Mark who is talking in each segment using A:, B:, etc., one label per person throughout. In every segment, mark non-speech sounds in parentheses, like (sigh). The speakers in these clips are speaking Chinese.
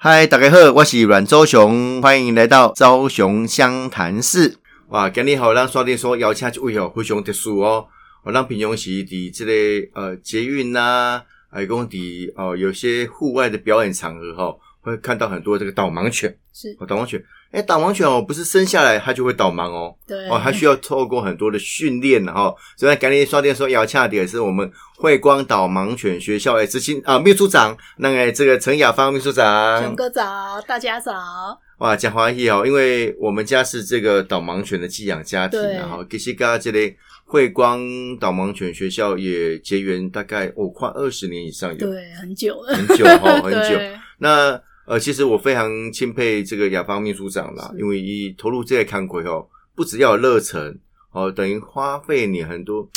A: 嗨，大家好，我是阮周雄，欢迎来到周雄湘潭市。哇，今日好，咱刷电说邀请一位哦，非常特殊哦。哦，咱平常时伫这个呃捷运呐、啊，还讲伫哦有些户外的表演场合哈、哦，会看到很多这个导盲犬。
B: 是
A: 哦，导盲犬，哎，导盲犬哦，不是生下来它就会导盲哦，
B: 对
A: 哦，它需要透过很多的训练哈、哦。所以赶紧刷电说要恰点是我们慧光导盲犬学校的执行啊秘书长，那个这个陈雅芳秘书
B: 熊
A: 长，
B: 哥早，大家早，
A: 哇，讲华裔哦，因为我们家是这个导盲犬的寄养家庭啊，
B: 对
A: 然后其实跟这类慧光导盲犬学校也结缘，大概哦快二十年以上有，
B: 对，很久了，
A: 很
B: (laughs)
A: 久哈、哦，很久。
B: 对
A: 那呃，其实我非常钦佩这个雅芳秘书长啦，
B: 是
A: 因为一投入这些看鬼哦，不只要有热忱哦，等于花费你很多，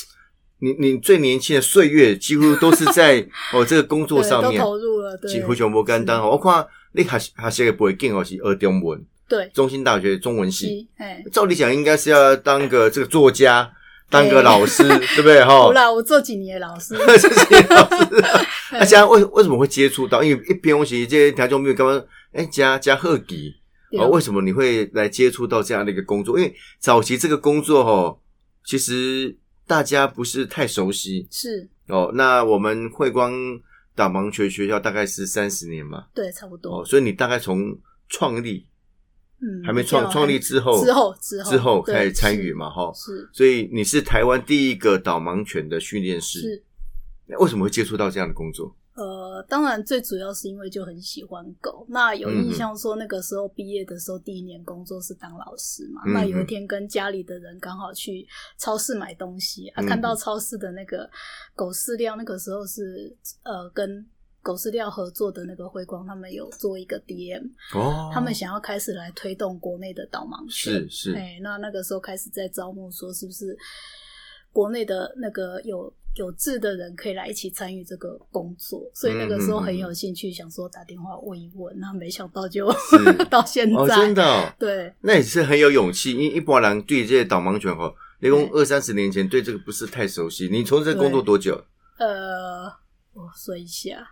A: 你你最年轻的岁月几乎都是
B: (laughs)
A: 在哦这个工作
B: 对
A: 上面
B: 都，投入了，对，
A: 几乎全部简单哦。我看你学学习的背景哦是学中文，
B: 对，
A: 中兴大学中文系，
B: 是，哎，
A: 照理讲应该是要当个这个作家，当个老师， (laughs) 对不
B: (laughs)
A: 对哈
B: 好？啦，我做几年的老师，
A: 这些老
B: (laughs)
A: 师，那家为为什么会接触到？因为一边我写这些条件没有干嘛，哎，加加贺吉
B: 对
A: 啊，为什么你会来接触到这样的一个工作？因为早期这个工作哦，其实大家不是太熟悉
B: 是，
A: 哦。那我们慧光导盲学学校大概是三十年嘛，
B: 对，差不多
A: 哦，，所以你大概从创立
B: 嗯，
A: 还没创
B: 比较
A: 创立之后
B: 之后之后
A: 之后开始
B: 对
A: 参与嘛，哦哈、
B: 是
A: 所以你是台湾第一个导盲犬的训练
B: 是
A: 师，
B: 是，
A: 那为什么会接触到这样的工作？
B: 呃，当然最主要是因为就很喜欢狗，那
A: 嗯
B: 有印象说那个时候毕业的时候第一年工作是当老师嘛，
A: 嗯
B: 那有一天跟家里的人刚好去超市买东西啊，
A: 嗯
B: 看到超市的那个狗饲料，那个时候是呃跟。狗饲料合作的那个辉光，他们有做一个 DM，、
A: 哦
B: 他们想要开始来推动国内的导盲犬。
A: 是是，
B: 哎，那那个时候开始在招募，说是不是国内的那个有有志的人可以来一起参与这个工作，所以那个时候
A: 嗯
B: 很有兴趣，想说打电话问一问，那没想到就
A: 是
B: (laughs) 到现在，
A: 哦，真的、哦，
B: 对
A: 那也是很有勇气，因为一般人对这些导盲犬哦，雷公
B: 对
A: 二三十年前对这个不是太熟悉。你从事这
B: 对
A: 工作多久？
B: 呃，我说一下，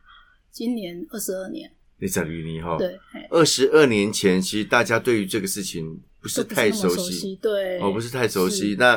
B: 今年二十二年，
A: 你在于你哈，
B: 对，哎
A: 二十二年前，其实大家对于这个事情不是
B: 都不是那
A: 太
B: 么熟
A: 悉，
B: 对，
A: 哦，不是太熟悉
B: 是。
A: 那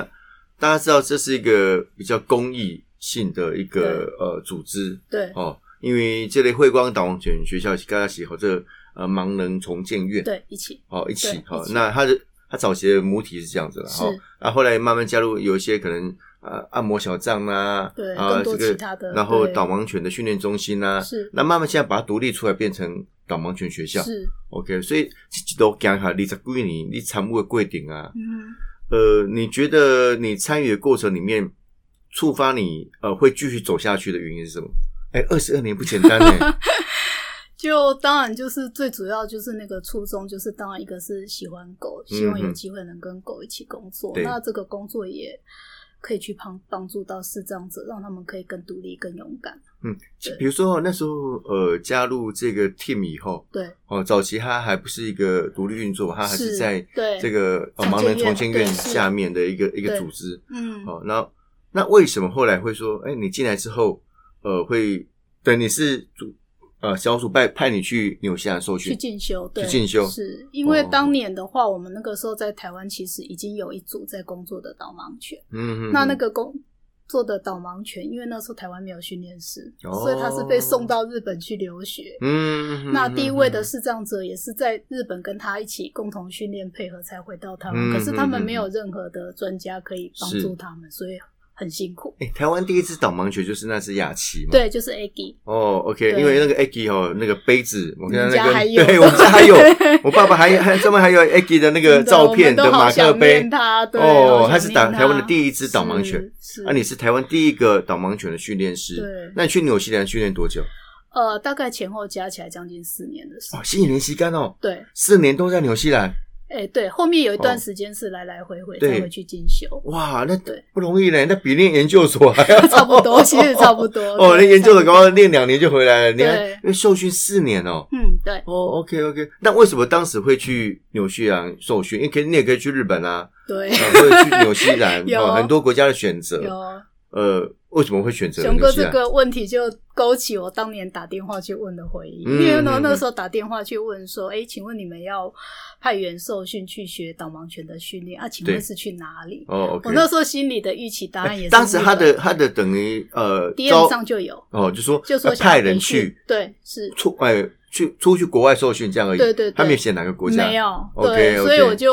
A: 大家知道这是一个比较公益性的一个呃组织，
B: 对
A: 哦，因为这类慧光导盲犬学校是跟他写好这个呃盲人重建院，
B: 对一起
A: 哦一起
B: 对
A: 哦
B: 一，起
A: 那他的他早期的母体是这样子的
B: 是
A: 哈，然后后来慢慢加入有一些可能呃按摩小杖啦，
B: 对
A: 啊
B: 更多
A: 这个
B: 其他的
A: 然后
B: 对
A: 导盲犬的训练中心啦，
B: 是
A: 那慢慢现在把它独立出来变成导盲犬学校
B: 是，
A: ，OK，所以这都讲哈，你在归你你产物的规定啊，
B: 嗯。
A: 呃，你觉得你参与的过程里面，触发你呃会继续走下去的原因是什么？哎，二十二年不简单呢、
B: 就当然就是最主要就是那个初衷，就是当然一个是喜欢狗，希望有机会能跟狗一起工作。
A: 嗯对
B: 那这个工作也可以去帮帮助到视障者，让他们可以更独立、更勇敢。对
A: (laughs) 比如说哦那时候呃加入这个 team 以后，
B: 对，
A: 哦，早期它还不是一个独立运作，它啊还是
B: 是
A: 在
B: 对
A: 这个呃
B: 重
A: 盲
B: 建
A: 人重
B: 院
A: 建
B: 对
A: 院
B: 是
A: 下面的一个一个
B: 对
A: 组织。
B: 嗯，
A: 哦，那那为什么后来会说，哎，你进来之后，呃，会对你是主呃小组派派你去纽西兰受训
B: 去进修，对，
A: 去进修
B: 是因为
A: 哦
B: 当年的话，我们那个时候在台湾其实已经有一组在工作的导盲犬。
A: 嗯，嗯
B: 那那
A: 嗯
B: 个工作的导盲犬，因为那时候台湾没有训练师，
A: 哦
B: 所以他是被送到日本去留学。
A: 嗯，嗯
B: 那
A: 嗯
B: 第一位
A: 嗯
B: 的视障者也是在日本跟他一起共同训练配合才回到台湾，
A: 嗯
B: 可是他们没有任何的专家可以帮
A: 是
B: 助他们，所以很辛苦。
A: 诶哎台湾第一只导盲犬就是那只雅琪嘛。。
B: 对，就是 Aggy，
A: 哦、o k
B: 对
A: 因为那个 Aggy 哦，那个杯子，我看
B: 们
A: 那
B: 家
A: 个， (laughs)
B: 还有
A: 对我们家还
B: (laughs)
A: 有，我爸爸还还专门还有 Aggy 的那个
B: 真的
A: 照片
B: 我们都
A: 马
B: 好
A: 克
B: 想
A: 杯
B: 念。他，对，
A: 哦
B: 好想念，
A: 他是打台湾的第
B: 一
A: 一只导盲犬，，
B: 是
A: 那、你是台湾第一个导盲犬的训练师。
B: 对，
A: 那你去纽西兰训练多久？
B: 呃，大概前后加起来将近四年的时
A: 哦
B: 间，，
A: 四年时间哦，
B: 对，
A: 四年都在纽西兰，
B: 哎，对，后面有一
A: 哦
B: 段时间是来来回回
A: 对
B: 再回去进修， (laughs)
A: 哇，那
B: 对
A: 不容易嘞，那比念研究所还要
B: (laughs) 差不
A: (laughs)
B: 多，其实差不多。
A: 哦，那
B: 对
A: 研究所
B: 差不
A: 刚
B: 多
A: 刚念两年就回来了，你看
B: 对，
A: 因为受训四年哦。
B: 嗯，对
A: 哦，OK OK，那为什么当时会去纽西兰受训？因为可以你也可以去日本啊， (laughs)
B: 对
A: 啊，或者去纽西兰
B: (laughs) 有哦
A: 啊，很多国家的选择。
B: 有。
A: 呃，为什么会选择
B: 熊
A: 纽
B: 哥
A: 西
B: 这
A: 兰？
B: 个问题就勾起我当年打电话去问的回忆，
A: 嗯
B: 因为呢
A: 嗯
B: 那时候打电话去问说，哎、请问你们要派员受训去学导盲犬的训练啊？请
A: 对
B: 问是去哪里？
A: 哦，OK，
B: 我那时候心里的预期答案也是日
A: 哎
B: 本、
A: 当时他的他的等于呃
B: D
A: 招
B: M 上就有，
A: 哦，就说
B: 就说
A: 呃
B: 想要
A: 派人
B: 培训
A: 去，
B: 对，是
A: 出哎去出去国外受训这样而已，
B: 对对对
A: 他没有写哪个国家，
B: 没有
A: OK，
B: 对
A: OK
B: 所以我就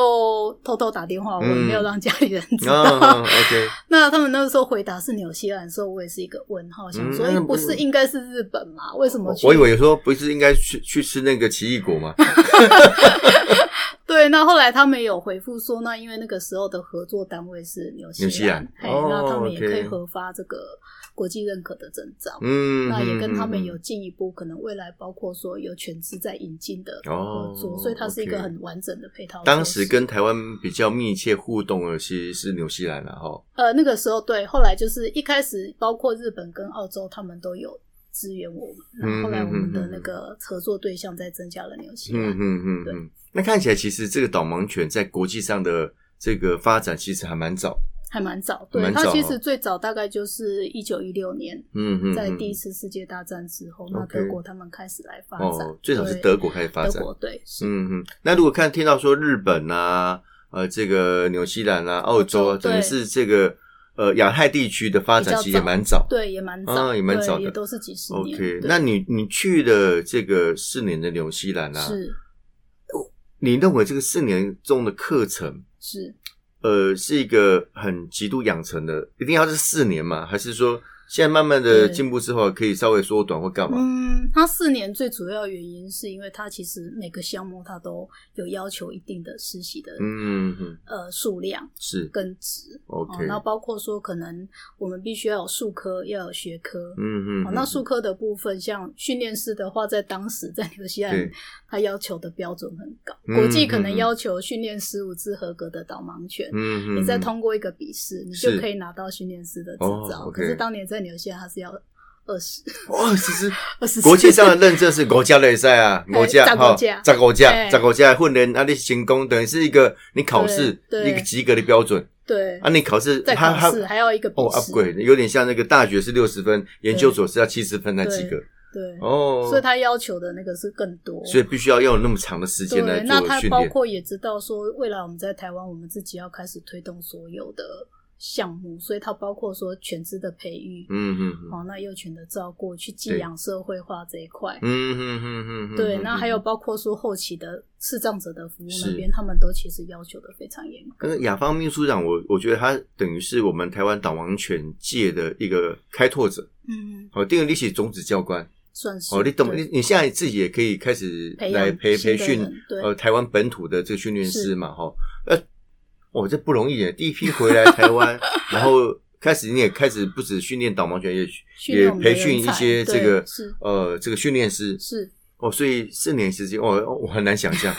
B: 偷偷打电话问，
A: 嗯
B: 没有让家里
A: (laughs)
B: 人知道。
A: 啊，OK，
B: (laughs) 那他们那时候回答是纽西兰的时候，我也是一个问号，想说，
A: 嗯
B: 哎、
A: 那
B: 不是应该是日本吗？为什么去？
A: 我以为说不是应该去去吃那个奇异果吗？
B: 对，那后来他们有回复说，那因为那个时候的合作单位是纽
A: 纽西兰
B: 兰，哎、
A: 哦
B: 那他们也可以
A: OK
B: 核发这个国际认可的证照。
A: 嗯，
B: (laughs) 那也跟他们
A: 嗯
B: 有进一步，可能未来包括说有犬只在引进的
A: 哦
B: 合作，所以它是一
A: OK
B: 个很完整的配套措施。
A: 当时跟台湾比较密切互动的其实是纽西兰了啊哈。
B: 呃那个时候对，后来就是一开始包括日本跟澳洲，他们都有支援我们。
A: 嗯
B: 那后来我们
A: 嗯
B: 的
A: 嗯嗯
B: 那个合作对象再增加了纽西
A: 嗯
B: 兰。
A: 嗯嗯
B: 对
A: 嗯。那看起来其实这个导盲犬在国际上的这个发展其实还蛮早。
B: 还蛮早，对
A: 蛮早
B: 它其
A: 哦
B: 实最早大概就是一九一六年，
A: 嗯嗯。
B: 在第一
A: 次
B: 次世界大战之后，那
A: OK
B: 德国他们开始来发展，
A: 哦，最早是
B: 对
A: 德国开始发
B: 德
A: 展。
B: 国对，是、
A: 嗯嗯。那如果看听到说日本啊，呃，这个纽西兰啊、澳洲
B: 澳
A: 啊，
B: 洲对
A: 等于是这个呃亚太地区的发展其实也蛮早。
B: 对，也蛮早，
A: 啊也蛮早的
B: 对，也都是几十年。
A: OK，
B: 对
A: 那你你去了这个四年的纽西兰啊，
B: 是
A: 你认为这个四年中的课程，
B: 是
A: 呃，是一个很极度养成的，一定要是四年嘛？还是说现在慢慢的
B: 对
A: 进步之后，可以稍微缩短或干嘛？
B: 嗯，它四年最主要原因是因为它其实每个项目它都有要求一定的实习的、
A: 嗯，嗯
B: 呃数量
A: 是
B: 跟值。
A: OK，
B: 哦，那包括说，可能我们必须要有数科，要有学科，
A: 嗯嗯，
B: 好，
A: 嗯
B: 哦那术科的部分，像训练师的话，在当时在纽西
A: 对
B: 兰，他要求的标准很高，
A: 嗯
B: 国际可
A: 嗯
B: 能
A: 嗯
B: 要求训练师五至合格的导盲犬，
A: 嗯嗯，
B: 你再
A: 嗯
B: 通过一个笔试，你
A: 是
B: 就可以拿到训练师的执
A: 哦
B: 照。
A: ，OK
B: 可是当年在纽西兰，他是要二十
A: 哇，哦其
B: (laughs)
A: 实
B: 二十
A: 国际上的认证是国家类赛啊，国家
B: 十
A: 哈，
B: 国家
A: 十国家，
B: 哎
A: 十国家的训练啊，你成功等于是一个你考试
B: 对
A: 一
B: 对
A: 个及格的标准
B: 对
A: 啊，，你考试
B: 再
A: 它
B: 考
A: 它
B: 试还要一个笔
A: 哦
B: 试，
A: upgrade 有点像那个大学是六十分，研究所是要七十分才及格
B: 对，
A: 哦，
B: 所以他要求的那个是更多。
A: 所以必须要用那么长的时间来
B: 对，那
A: 做
B: 他
A: 训
B: 包
A: 练。
B: 括也知道说，未来我们在台湾，我们自己要开始推动所有的项目，所以它包括说犬只的培育，
A: 嗯嗯嗯
B: 哦，那幼犬的照顾，去寄
A: 对
B: 养社会化这一块。
A: 嗯嗯嗯嗯嗯，
B: 对，
A: 嗯
B: 那还有。包括说后期的视障者的服务
A: 是
B: 那边，他们都其实要求的非常严格。
A: 刚刚雅芳秘书长，我我觉得他等于是我们台湾导盲犬界的一个开拓者。
B: 嗯，
A: 哦，定你是种子教官，
B: 算是
A: 哦，你懂？
B: 对
A: 你你现在自己也可以开始
B: 培养
A: 来培培
B: 新的
A: 训
B: 人，对
A: 呃，台湾本土的这个训练师
B: 是
A: 嘛，哈，呃，我这不容易耶，第一批回来台
B: (laughs)
A: 湾，然后开始你也开始不止训练导盲犬，也
B: 训练
A: 也
B: 我们的
A: 培训
B: 人
A: 一
B: 才
A: 些这
B: 对
A: 个
B: 是
A: 呃这个训练师，
B: 是
A: 哦，所以四年时间，哦，我很难想
B: (laughs)
A: 象，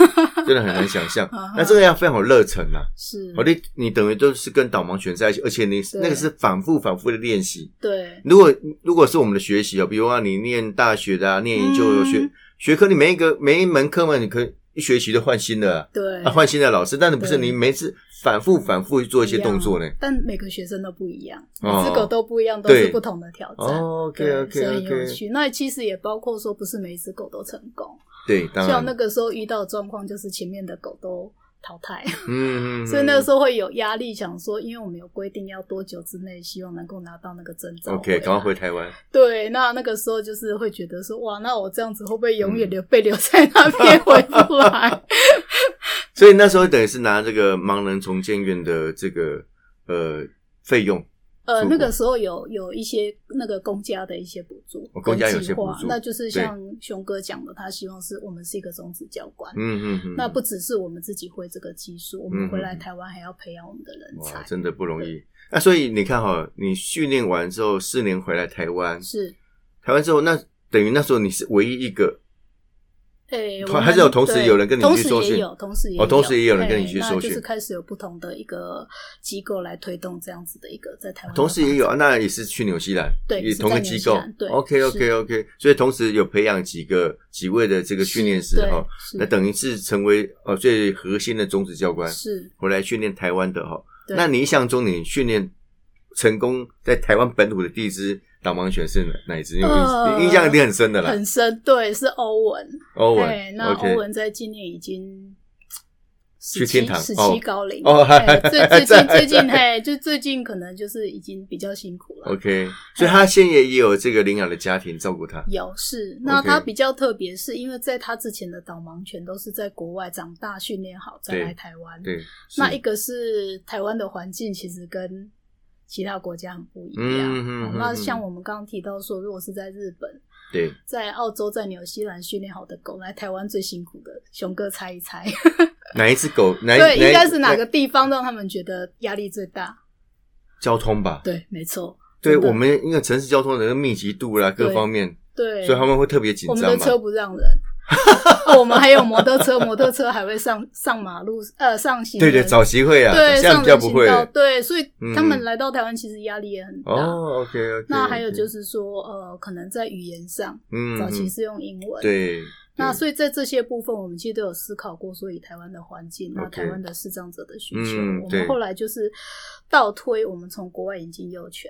A: 真的很难想象
B: 啊哈。
A: 那这个要非常有热忱啦、
B: 是，
A: 哦，你你等于都是跟导盲犬在一起，而且你
B: 嗯对
A: 那个是反复反复的练习。
B: 对
A: 如果如果是我们的学习哦，比如说你念大学的啊，念研究的
B: 嗯
A: 学、学科，你每一个每一门课嘛，你可以一学期都换新的啊，
B: 对
A: 啊，换新的老师，但是不是
B: 对
A: 你每次反复反复去做一些动作呢
B: 样？但每个学生都不一样，每
A: 哦
B: 只狗都不一样，都
A: 对
B: 是不同的挑战。
A: 哦，OK
B: 对啊
A: OK
B: 所以很有
A: OK，
B: 趣。那其实也包括说，不是每一只狗都成功。
A: 对，当然，
B: 像啊那个时候遇到的状况，就是前面的狗都
A: (laughs)
B: 淘汰，
A: 嗯嗯，
B: 所以那个时
A: 候
B: 候会有压力，想说，因为我们有规定要多久之内，希望能够拿到那个证照。
A: OK，赶快回。台湾。
B: 对，那那个时候就是会觉得说，哇，那我这样子会不会永远留、被留在那边回不
A: (laughs)
B: 来？
A: 所以那时候等于是拿这个盲人重建院的这个呃费用，
B: 呃
A: 出，国
B: 那个时候有有一些那个公家的一些补助
A: 哦，公家有些
B: 计划
A: 补助
B: 那就是像熊哥讲的，他希望是我们是一个种子教官。
A: 嗯嗯嗯，
B: 那不只是我们自己会这个技术，我
A: 嗯
B: 们回来
A: 嗯嗯
B: 台湾还要培养我们的人
A: 哇，
B: 才，
A: 真的不容易。那所以你看哈、你训练完之后四年回来台湾，
B: 是
A: 台湾之后那等于那时候你是唯一一个
B: 诶，
A: 同
B: 我们
A: 还是有同时
B: 对
A: 有人跟你
B: 同
A: 去
B: 时
A: 受
B: 也
A: 训
B: 有同时也
A: 哦同时也有人跟你
B: 对
A: 去
B: 那
A: 受
B: 就
A: 训
B: 是开始有不同的一个机构来推动这样子的一个在台湾的发展，
A: 同时也有，啊那也是去纽西兰，
B: 对
A: 也
B: 是在
A: 同个机构
B: 纽西兰对
A: OK OK
B: 是
A: OK，所以同时有培养几个几位的这个训练师哈、
B: 是
A: 那等于是成为呃最核心的种子教官
B: 对，是
A: 回来训练台湾的哈、
B: 对
A: 那你印象中你训练成功在台湾本土的第一支导盲犬是哪哪一只？你有印、
B: 呃
A: 你印象一定很深的啦。
B: 很深，对，是欧文。
A: 欧
B: 哎
A: 文
B: 那
A: ，OK，
B: 欧文在今年已经
A: 去天堂
B: 十
A: 哦
B: 七高龄
A: 哦
B: 哎最
A: (laughs)
B: 最
A: 在
B: 近最近嘿，就最近可能就是已经比较辛苦了。
A: OK，所以他现在也有这个领养的家庭照顾他。
B: 有是，那
A: OK
B: 他比较特别，是因为在他之前的导盲犬都是在国外长大训练好再
A: 对
B: 来台湾。
A: 对，是
B: 那一个是台湾的环境其实跟其他国家很不一样。
A: 嗯哼
B: 哦
A: 嗯
B: 那
A: 哼
B: 像我们刚刚提到说，如果是在日本、
A: 对，
B: 在澳洲、在纽西兰训练好的狗，来台湾最辛苦的，熊哥猜一猜，
A: 哪一只狗？哪一
B: (laughs) 对，应该是哪？
A: 一
B: 个地方让他们觉得压力最
A: 哎
B: 大？
A: 交通吧。
B: 对，没错，
A: 对
B: 真的
A: 我们因为城市交通的密集度啦，各
B: 对
A: 方面，
B: 对，
A: 所以他们会特别紧
B: 我们
A: 张
B: 的
A: 嘛。
B: 车不让人。 (laughs) 哦我们还有摩托车，摩托车还会上上马路，呃，上行
A: 对对，
B: 人
A: 早期会啊，
B: 对
A: 现在
B: 上
A: 比较
B: 人
A: 不
B: 行
A: 会
B: 道，
A: 了。
B: 对，所以他
A: 嗯
B: 们来到台湾其实压力也很大。
A: 哦，OK，
B: 那还有就是说，呃，可能在语言上，
A: 嗯，
B: 早期
A: 嗯
B: 是用英文。。
A: 对，
B: 那
A: 对
B: 所以在这些部分，我们其实都有思考过，所以台湾的环境，那
A: OK
B: 台湾的视障者的需求，
A: 嗯
B: 我
A: 对
B: 们后来就是倒推，我们从国外引进幼犬，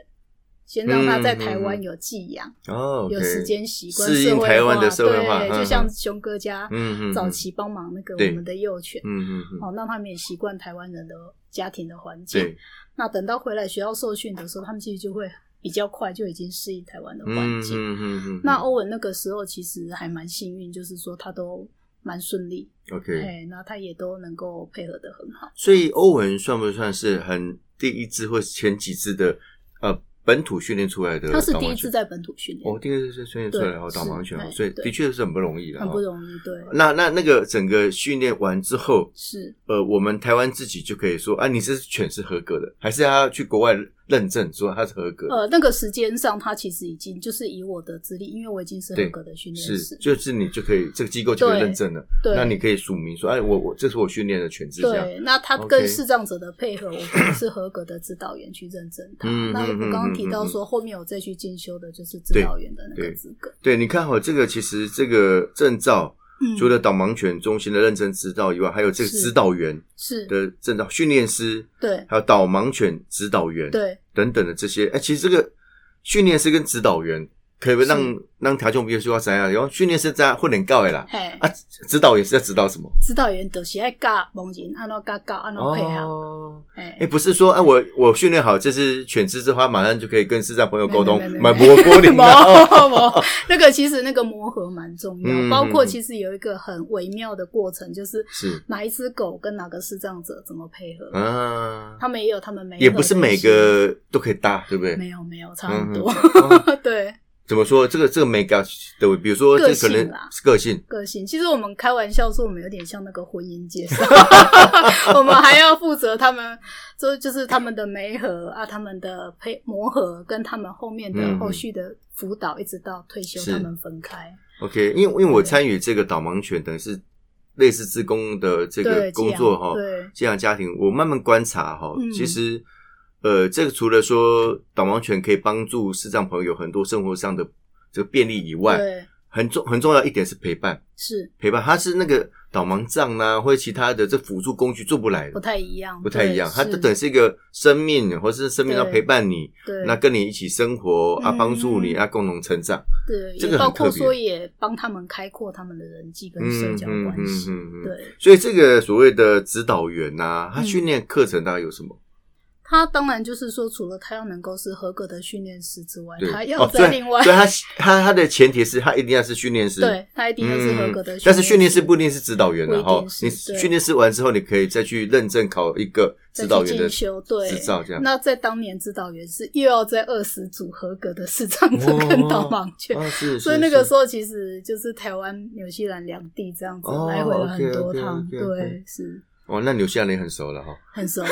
B: 先让他在台湾有寄养，
A: 哦，OK，
B: 有时间习惯
A: 适
B: 社
A: 应
B: 会
A: 台湾的社会化，
B: 对，
A: 嗯
B: 就像熊哥家
A: 嗯嗯嗯
B: 早期帮忙那个
A: 对
B: 我们的幼犬，
A: 嗯嗯嗯，
B: 哦，让他们也习惯台湾人的家庭的环境。
A: 对，
B: 那等到回来学校受训的时候，他们其实就会比较快就已经适应台湾的环
A: 嗯
B: 境。
A: 嗯嗯嗯，
B: 那欧文那个时候其实还蛮幸运，就是说他都蛮顺利，
A: OK，
B: 哎，那他也都能够配合的很好。
A: 所以欧文算不算是很第一支或前几支的呃本土训练出来的？
B: 他是第一次。在本土训
A: 哦，
B: 练，
A: 第一次训练出来
B: 对
A: 后
B: 是
A: 导盲犬哦，
B: 哎
A: 所以
B: 对
A: 的确是很不容易的，
B: 很不容易，对，
A: 易。那那那个整个训练完之后，
B: 是
A: 呃，我们台湾自己就可以说，啊，你这只犬是合格的，还是要去国外认证说它是合格的？
B: 呃，那个时间上他其实已经就是以我的资历，因为我已经是合格的训练
A: 是，
B: 师，
A: 就是你就可以这个机构就可以
B: 对
A: 认证了。
B: 对，
A: 那你可以署名说，哎，我我这是我训练的犬只这样。
B: 对，那他
A: OK
B: 跟视障者的配合，我们是合格的指导员去认证他。
A: 嗯
B: 那
A: 嗯
B: 我
A: 嗯
B: 刚刚提到说，后面我再去进修的就是指导员的那
A: 对
B: 个
A: 对
B: 资格。
A: 对，你看好这个，其实这个证照，
B: 嗯，
A: 除了导盲犬中心的认证指导以外，还有这个
B: 是
A: 指导员
B: 是，
A: 的证照、训练师，
B: 对
A: 还有导盲犬指导员
B: 对
A: 等等的这些。哎，其实这个训练师跟指导员，可以让让条件比如说怎样，然后训练师在混点告的啦，
B: 嘿，
A: 啊，指导也是在指导什么？
B: 指导员就是爱教盲人，安怎教教，安怎配合。
A: 哦，
B: 哎
A: 哎，不是说啊，我我训练好这只犬只之后，马上就可以跟视障朋友沟通
B: 没没，没
A: 买
B: 没
A: 波波林
B: 磨
A: 啊，
B: (laughs) 磨，那个其实那个磨合蛮重要，
A: 嗯
B: 包括
A: 嗯
B: 其实有一个很微妙的过程，就是
A: 是
B: 哪一只狗跟哪个视障者怎么配合，
A: 啊，
B: 他们也有他们没有，
A: 也不是每个都可以搭，对不对？
B: 没有没有差
A: 嗯
B: 很多， (laughs) 对。
A: 怎么说？这个这个 make up 的，比如说这
B: 个
A: 可
B: 性啊
A: 能
B: 啦
A: 是个性，
B: 个性。其实我们开玩笑说，我们有点像那个婚姻介绍， (laughs) 我们还要负责他们，就就是他们的媒合啊，他们的配磨合，跟他们后面的
A: 嗯
B: 后续的辅导，一直到退休
A: 是
B: 他们分开。
A: OK，因为因为我参与这个导盲犬，等于是类似自工的这个
B: 对，
A: 工作哈，
B: 这样
A: 寄养家庭，我慢慢观察哈，
B: 嗯
A: 其实呃，这个除了说导盲犬可以帮助视障朋友很多生活上的这个便利以
B: 对
A: 外，
B: 对
A: 很重很重要一点是陪伴，
B: 是
A: 陪伴它是那个导盲杖啊或者其他的这辅助工具做不来
B: 不
A: 的。
B: 太一样，
A: 不太一样，
B: 对
A: 它
B: 是
A: 就等于是一个生命，或是生命要
B: 对
A: 陪伴你，
B: 对
A: 那跟你一起生活啊，
B: 嗯
A: 帮助你啊，共同成长。
B: 对，
A: 这
B: 也
A: 个很
B: 包括
A: 特别
B: 说也帮他们开阔他们的人际跟社交关系。
A: 嗯嗯。
B: 对，
A: 所以这个所谓的指导员呐、他
B: 嗯
A: 训练课程大概有什么？
B: 他当然就是说，除了他要能够是合格的训练师之外，
A: 对，
B: 嗯他
A: 哦
B: 要
A: 所
B: 在
A: 以
B: 另外
A: 所以他他他的前提是他一定要是训练师，
B: 对，他一定
A: 嗯，
B: 要是合格的师。
A: 但是训练师不一定是指导员然
B: 不一
A: 后
B: 定是
A: 你
B: 对
A: 训练师完之后，你可以再去认证考一个
B: 再
A: 指
B: 去
A: 导员的
B: 进修对
A: 执照，这样。
B: 那在当年指导员是又要在二十组合格的视障者跟导
A: (laughs)
B: 盲犬，
A: 哦，是，
B: 所以那个时
A: 候
B: 候其实就是台湾、纽西兰两地这样子
A: 哦
B: 来回了很多
A: OK，OK，OK，OK
B: 趟，对，是
A: 哦，那纽西兰你很熟了哈， (laughs)
B: 很熟了。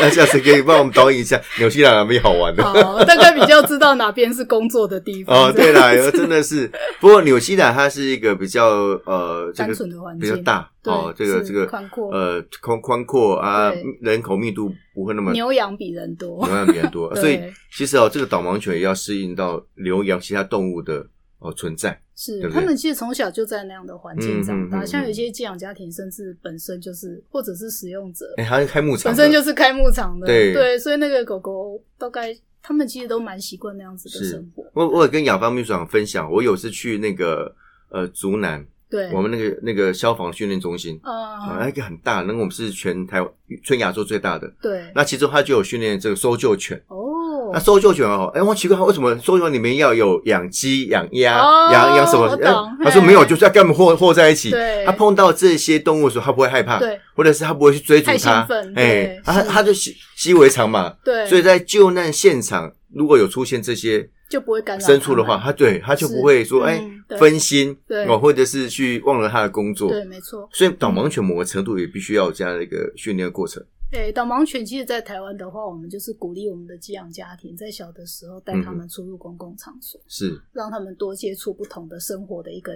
A: 那下次可以帮我们导引一下纽西兰哪边好玩的。
B: 好，大概比较知道哪边是工作的 (laughs) 地方。
A: 哦，对
B: 这样
A: 啦，真的是。不过纽西兰它是一个比较呃，这
B: 单
A: 个
B: 纯的环
A: 比
B: 境
A: 较大
B: 对
A: 哦，这个
B: 是
A: 这个
B: 宽阔
A: 呃宽宽阔啊
B: 对，
A: 人口密度不会那么
B: 牛羊比人多
A: 牛，羊比人多，
B: (laughs) 对
A: 所以其实哦，这个导盲犬也要适应到牛羊其他动物的哦存在。
B: 是
A: 对不对
B: 他们其实从小就在那样的环境长
A: 嗯嗯
B: 大，
A: 嗯嗯
B: 像有些寄养家庭，甚至本身就是或者是使用者，
A: 哎，还开牧场
B: 本
A: 的，
B: 身就是开牧场的，
A: 对
B: 所以那个狗狗大概他们其实都蛮习惯那样子的
A: 是
B: 生活，
A: 我我有跟雅芳秘书长分享，我有次去那个呃竹南，
B: 对，
A: 我们那个那个消防训练中心，啊，那
B: 呃，
A: 个很大，那个我们是全台全亚洲最大的。
B: 对，
A: 那其中它就有训练这个搜救犬。
B: 哦
A: 那，搜救犬哦，哎，我奇怪，为什么搜救里面要有养鸡、养鸭、
B: 哦
A: 养养什么
B: 我？
A: 哎
B: 懂
A: 他说
B: 嘿
A: 没有，就是要跟他们和和在一起。
B: 对
A: 他碰啊到这些动物的时候，他不会害怕，
B: 对，
A: 或者是他不会去追逐
B: 太
A: 它
B: 兴奋，
A: 哎
B: 对，
A: 他
B: 是
A: 他就习习以为常嘛。
B: 对，
A: 所以在救难现场，如果有出现这些
B: 就不会干扰
A: 牲畜的话，
B: 他们，
A: 他对他就不会说
B: 是
A: 哎、
B: 嗯对
A: 分心
B: 对
A: 哦，或者是去忘了他的工作。
B: 对，没错。
A: 所以导盲犬某个程度也必须要有这样的一个训练的过程。
B: 对，导盲犬其实，在台湾的话，我们就是鼓励我们的寄养家庭在小的时候带
A: 嗯
B: 他们出入公共场所，
A: 是，
B: 让他们多接触不同的生活的一个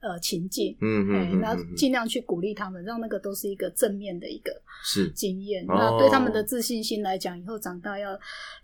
B: 呃情境。
A: 嗯
B: 哎
A: 嗯，嗯
B: 那
A: 嗯嗯，
B: 尽量去鼓励他们，让那个都是一个正面的一个
A: 是
B: 经验。
A: 哦
B: 那对他们的自信心来讲，以后长大要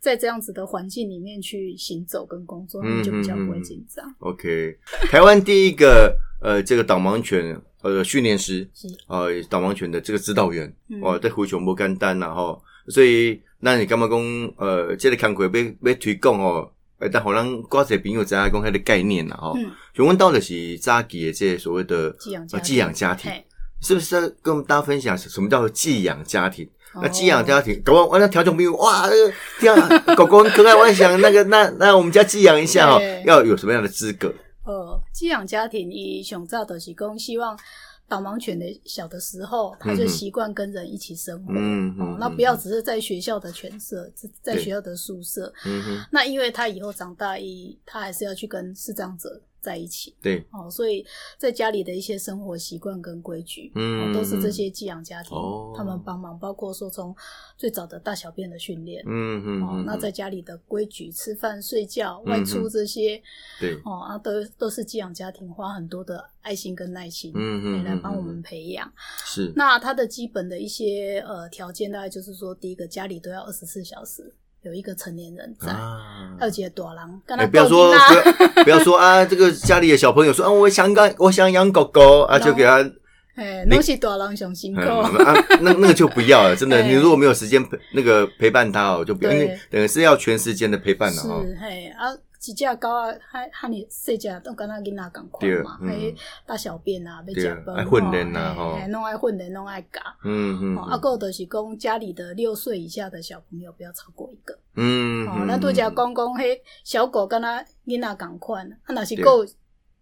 B: 在这样子的环境里面去行走跟工作，他们就比较不会紧张。
A: OK。台湾第一个呃，这个导盲犬呃训练师
B: 是，
A: 呃，导盲犬的这个指导员
B: 嗯
A: 哦，在胡琼波干单然后，所以那你干嘛讲呃，这个工课要要推广哦，呃，但好让瓜仔朋友知道讲迄个概念啦吼。
B: 嗯，
A: 询问到的是扎吉的这些所谓的
B: 寄养家
A: 呃
B: 庭
A: 寄养家庭，
B: 嘿
A: 是不是要跟我们大家分享什么叫做寄养家庭？那
B: 哦
A: 寄养家庭，搞不好我那调整朋友哇，那个这样狗狗很可爱，我也想那个那那我们家寄养一下哦
B: 对，
A: 要有什么样的资格？
B: 呃，寄养家庭伊想早就是讲希望导盲犬的小的时候，他
A: 嗯
B: 就
A: 哼
B: 习惯跟人一起生活。
A: 嗯嗯
B: 哦，那不要，只是在学校的犬舍，只在学校的宿舍。
A: 嗯哼，
B: 那因为他以后长大，一他还是要去跟视障者在一起
A: 对，
B: 哦，所以在家里的一些生活习惯跟规矩，
A: 嗯
B: 哦都是这些寄养家庭、
A: 哦
B: 他们帮忙，包括说从最早的大小便的训练，
A: 嗯哼
B: 哦，
A: 嗯
B: 那
A: 哼，
B: 在家里的规矩、吃饭、睡觉、
A: 嗯
B: 外出这些，
A: 对，
B: 哦啊，都都是寄养家庭花很多的爱心跟耐心，哎
A: 嗯嗯嗯
B: 来帮我们
A: 嗯
B: 培养。
A: 是，
B: 那它的基本的一些呃条件，大概就是说，第一个家里都要二十四小时有一个成年人在，
A: 啊
B: 二姐朵郎，跟
A: 哎，
B: 他
A: 不要说不要不要说啊，这个家里的小朋友说啊，我想养我想养狗狗啊，就给他
B: 哎，
A: 你
B: 拢是朵郎上心
A: 嗯
B: 口，
A: 啊，那那个就不要了，真的。
B: 哎
A: 你如果没有时间陪那个陪伴他哦，就不要，因
B: 对
A: 为等于是要全时间的陪伴了哦。
B: 是嘿啊，一只狗啊，还和你细只都跟那囡仔共款
A: 对
B: 嘛，
A: 嗯
B: 还大小便啊，要
A: 对
B: 食
A: 啊
B: 饭
A: 爱混人啊吼
B: 哎，弄爱混人，弄爱搞。
A: 嗯嗯
B: 哦，啊，够就是讲家里的六岁以下的小朋友不要超过一个。
A: 嗯，
B: 哦
A: 嗯，
B: 咱拄则讲
A: 嗯
B: 讲，迄小狗跟那囡仔共款，啊，若是
A: 对
B: 够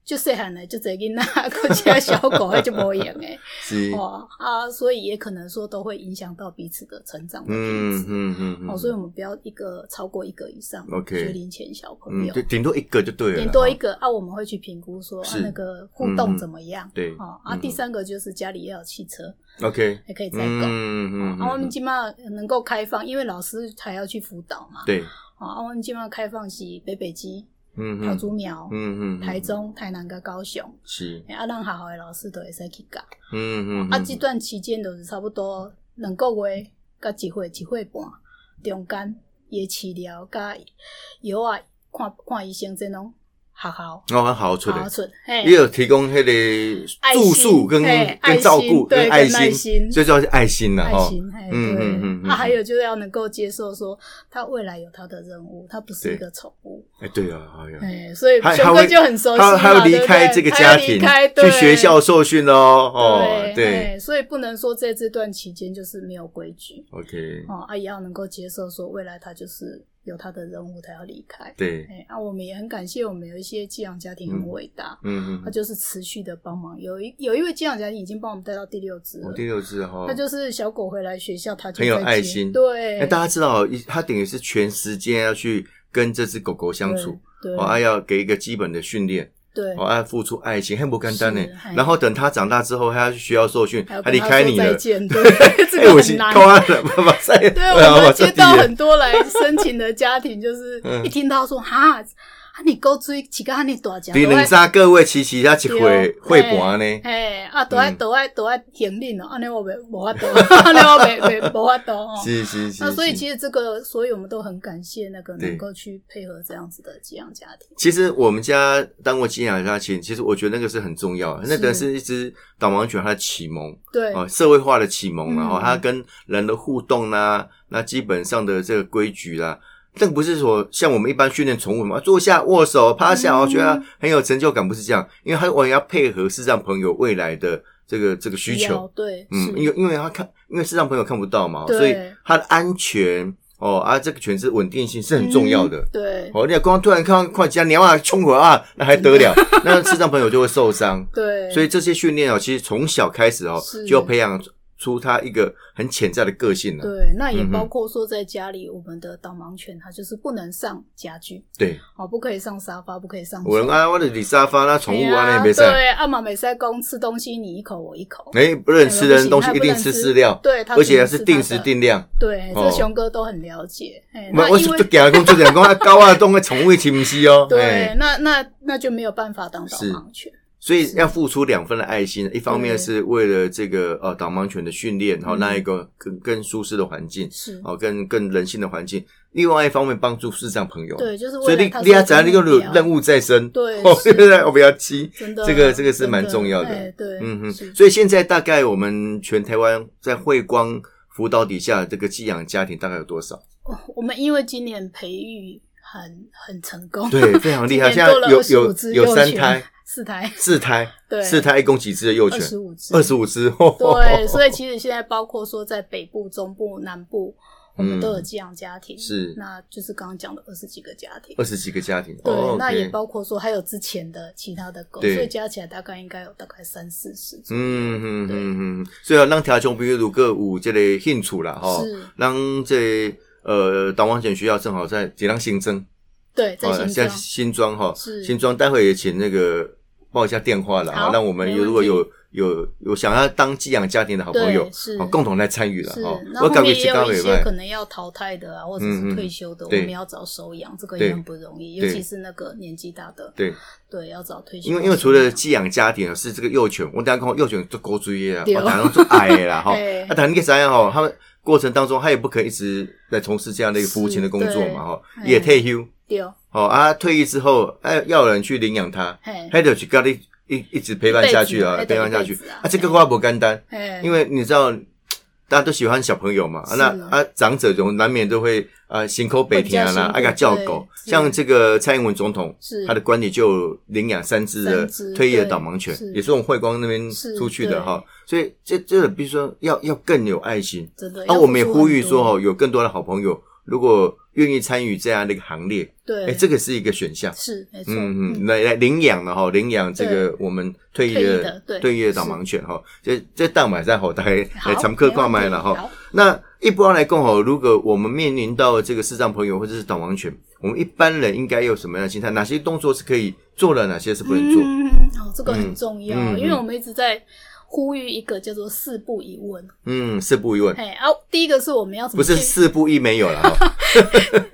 B: 就细汉的，就这囡仔，搁只小狗，迄就无用诶。
A: (laughs) 是，
B: 哦啊，所以也可能说都会影响到彼此的成长的
A: 嗯
B: 品质。
A: 嗯嗯嗯，
B: 哦，所以我们不要一个超过一个以上
A: OK
B: 学龄前小朋
A: 嗯，
B: 友
A: 就，顶多一个就对了，
B: 顶多一
A: 哦，
B: 个啊，我们会去评估说啊
A: 是嗯
B: 那个互动怎么样。
A: 对
B: 哦啊，
A: 嗯
B: 第三个就是家里要有汽车，
A: ，OK，
B: 还可以载狗。
A: 嗯嗯
B: 啊，我们
A: 嗯，
B: 起码能够开放，因为老师还要去辅导嘛。
A: 对，
B: 啊，我们起码开放是北北基、
A: 嗯
B: 桃
A: 嗯
B: 竹苗、
A: 嗯嗯，
B: 台中、台南跟高雄，
A: 是，
B: 哎啊，咱学校的老师都会使去教。
A: 嗯嗯，
B: 啊，这段期间就是差不多两个月甲一岁、一岁半中间，伊饲疗甲药啊，看看医生这种学校
A: 我还好好出
B: 好
A: 的
B: 好，出，嘿
A: 也，有提供那个
B: 爱
A: 住
B: 心
A: 宿跟
B: 嘿
A: 跟
B: 爱心
A: 照顾
B: 对
A: 跟
B: 跟
A: 爱
B: 耐
A: 心，
B: 心
A: 最重要是爱心了
B: 爱
A: 哈。
B: 心，嘿，
A: 嗯
B: 对
A: 嗯嗯，嗯
B: 啊，还有就是要能够接受说，他未来有他的任务，他不是
A: 对
B: 一个宠物，
A: 哎，对啊，哎呀，
B: 哎，所以
A: 还
B: 熊
A: 还
B: 哥
A: 会
B: 就很熟悉
A: 他
B: 嘛，
A: 还要离
B: 对不
A: 开
B: 对
A: 这个
B: 他
A: 家
B: 要
A: 庭
B: 离开，
A: 去
B: 对
A: 学校受训哦。哦，对
B: 哎所以不能说在这段期间就是没有规矩
A: ，OK，
B: 哦，啊，也要能够接受说未来他就是有他的任务，他要离开。
A: 对，
B: 哎，啊，我们也很感谢我们有一些寄养家庭很伟大，
A: 嗯
B: 他
A: 嗯，
B: 就是持续的帮忙。有一有一位寄养家庭已经帮我们带到第六只
A: 我
B: 了，
A: 哦第六只哈，
B: 他就是小狗回来学校，他就
A: 很有
B: 在接
A: 爱心
B: 对，
A: 哎，大家知道，一他等于是全时间要去跟这只狗狗相处，
B: 对，
A: 哦，啊，要给一个基本的训练，
B: 对
A: 哦，，啊，付出爱心，很不简单呢
B: 是嘿。
A: 然后等他长大之后，他要去学校受训，
B: 还要
A: 他啊离
B: 跟他
A: 开
B: 说
A: 你
B: 再
A: 了， (laughs)
B: 见，对， (laughs) 这
A: 哎
B: 个
A: 我
B: 很难。
A: 扣安了，爸爸赛，
B: 对，
A: 哎呀
B: 我
A: 我
B: 们
A: 这
B: 接到
A: 弟弟
B: 很多来申请的家庭，就是
A: (laughs) 嗯
B: 一听到说哈，啊，你勾水饲甲安尼大只，
A: 对
B: 都要
A: 两三个月饲饲啊一
B: 对
A: 回会盘呢，
B: 嘿，啊，都爱
A: 嗯
B: 都爱都爱行令哦，安尼我袂无 (laughs) 法度，安尼我袂袂无法度哦。
A: 是是是。
B: 那所以
A: 是
B: 其实这个，所以我们都很感谢那个
A: 对
B: 能够去配合这样子的寄养家庭。
A: 其实我们家当过寄养家禽，其实我觉得那个是很重要的，那个是一只导盲犬它的启蒙
B: 对，
A: 哦，社会化的启蒙，
B: 嗯
A: 然后它跟人的互动啦、那基本上的这个规矩啦、这个不是说像我们一般训练宠物嘛，坐下、握手、趴下，哦
B: 嗯
A: 我觉得很有成就感，不是这样，因为它我也要配合视障朋友未来的这个这个需求，
B: 要对，
A: 嗯，
B: 是
A: 因为因为他看，因为视障朋友看不到嘛，
B: 对
A: 所以它的安全哦啊，这个犬只稳定性是很重要的。
B: 嗯对
A: 哦，你光突然看到快家鸟啊冲过来啊，那还得
B: (laughs)
A: 了？那视障朋友就会受伤。
B: 对，
A: 所以这些训练哦，其实从小开始哦
B: 是，
A: 就要培养出他一个很潜在的个性了。
B: 对，那也
A: 嗯哼
B: 包括说在家里，我们的导盲犬它就是不能上家具，
A: 对，
B: 哦，不可以上沙发，不可以上
A: 我
B: 床。
A: 人啊，我的理沙发那宠物啊，那也没
B: 对啊
A: 在。
B: 对，阿玛美塞公吃东西，你一口我一口，
A: 哎，不能吃人的东西
B: 哎
A: 一定吃饲料，
B: 对，它
A: 而且
B: 只能
A: 还是
B: 吃它
A: 定
B: 的
A: 时。定量。
B: 对，
A: 哦
B: 这熊哥都很了解。哎
A: 我
B: 那
A: 我
B: 因
A: 是
B: 为
A: 就给他工作人讲，高啊，东个宠物一起不是哦。
B: 对
A: 哎，
B: 那那那就没有办法当导
A: 是
B: 盲犬。
A: 所以要付出两份的爱心，一方面
B: 对
A: 是为了这个呃导盲犬的训练，好
B: 嗯
A: 那一个更更舒适的环境。
B: 是，
A: 哦，更更人性的环境。另外一方面，帮助视障朋友，，
B: 对，就是
A: 所
B: 为
A: 以
B: 了
A: 你
B: 他
A: 你要
B: 这
A: 咱
B: 个
A: 那个
B: 目标
A: 任务在身，(laughs)
B: 对
A: 哦，
B: 是
A: 对对，我不要急，
B: 真的
A: 这个这个是
B: 真
A: 蛮重要的
B: 哎对，
A: 嗯
B: 是
A: 哼。所以现在大概我们全台湾在慧光辅导底下，这个寄养家庭大概有多少？
B: 哦我们因为今年培育很很成
A: (laughs)
B: 功，
A: 对，非常厉害，
B: 今
A: 现
B: 年
A: 在
B: 多了
A: 有
B: 25
A: 有
B: 只
A: 有
B: 幼
A: 三
B: 犬
A: 胎、
B: (laughs) 四胎，
A: 四胎，
B: 对
A: 四胎一共几只的幼
B: 二
A: 犬？
B: 十五只，
A: 二十五只， (laughs) 哦
B: 对，所以其实现在包括说在北部、中部、南部，我们都有寄养家庭，
A: 嗯是
B: 那就是刚刚讲的二十几个家庭。
A: 二十几个家庭，
B: 对，
A: 哦
B: 那
A: OK
B: 也包括说还有之前的其他的狗，所
A: 对
B: 以加起来大概应该有大概三四十只。
A: 嗯嗯
B: 对
A: 嗯嗯，所以啊，咱听众朋友如果有这个兴趣啦，吼
B: 是，
A: 咱这个呃导盲犬学校正好在几趟新增，
B: 对，在
A: 哦
B: 新
A: 像
B: 庄，
A: 新庄哈，
B: 是
A: 新庄，待会也请那个报一下电话啦，
B: 好
A: 哈让我们
B: 没
A: 有
B: 问
A: 如果
B: 题
A: 有有有想要当寄养家庭的好朋友
B: 对，是
A: 好共同来参与了哦
B: 是
A: 哈。
B: 那后
A: 感觉
B: 面也有一
A: 是
B: 些可能要淘汰的啊，或者
A: 嗯嗯
B: 是退休的，我
A: 对
B: 们要找收养，这个
A: 对
B: 也很不容易，尤
A: 对
B: 其是那个年纪大的，
A: 对，
B: 对，要找退休收
A: 因
B: 养。
A: 为因为除了寄养家庭啊，是这个幼犬，我等一下看幼犬做狗追啊，
B: 对
A: 我打算做矮的啦
B: (laughs)
A: 哈
B: 嘿。
A: 那但你可以想想哦，他们过程当中他也不可能一直在从事这样的一个服务型的工作嘛哈，
B: 是对
A: 也退休
B: 对，
A: 哦啊，退役之后哎要有人去领养他，
B: 嘿，
A: 他就去跟你一一直陪伴下去啊，
B: 一辈子
A: 陪伴下去
B: 一辈子啊
A: 啊，这个话不简单，
B: 嘿
A: 因为你知道。大家都喜欢小朋友嘛，啊
B: 是
A: 那啊长者总难免都会啊辛苦北天啊啦，
B: 会
A: 啊
B: 比较辛苦
A: 个叫狗，
B: 对是
A: 像这个蔡英文总统，
B: 是
A: 他的官邸就领养三只的
B: 三只
A: 退役的导盲犬
B: 对是，
A: 也是我们慧光那边
B: 是
A: 出去的哈，所以这这个必须说要要更有爱心。
B: 真的。
A: 啊，
B: 要
A: 我们也
B: 付出
A: 呼吁
B: 很
A: 说
B: 多
A: 哦，，有更多的好朋友如果愿意参与这样的一个行列，
B: 对，
A: 哎，这个是一个选项。
B: 是没错，
A: 嗯嗯，来来领养了哈，领养这个我们退役
B: 退役
A: 的
B: 的对
A: 退役的导盲犬哈，这这蛋买在后台
B: 好，
A: 常客
B: 没问
A: 挂麦
B: 题
A: 了哈。
B: 好
A: 那一般来讲哦，如果我们面临到这个视障朋友或者是导盲犬，我们一般人应该有什么样的心态？哪些动作是可以做的，哪些是不能做？
B: 嗯，哦，这个很重要，
A: 嗯嗯
B: 因为我们一直在呼吁一个叫做“四不一问
A: 嗯，四步一问”。，
B: 哎，啊，第一个是我们要怎
A: 不
B: 么去，
A: 是四步一没有了
B: (laughs)
A: 哈。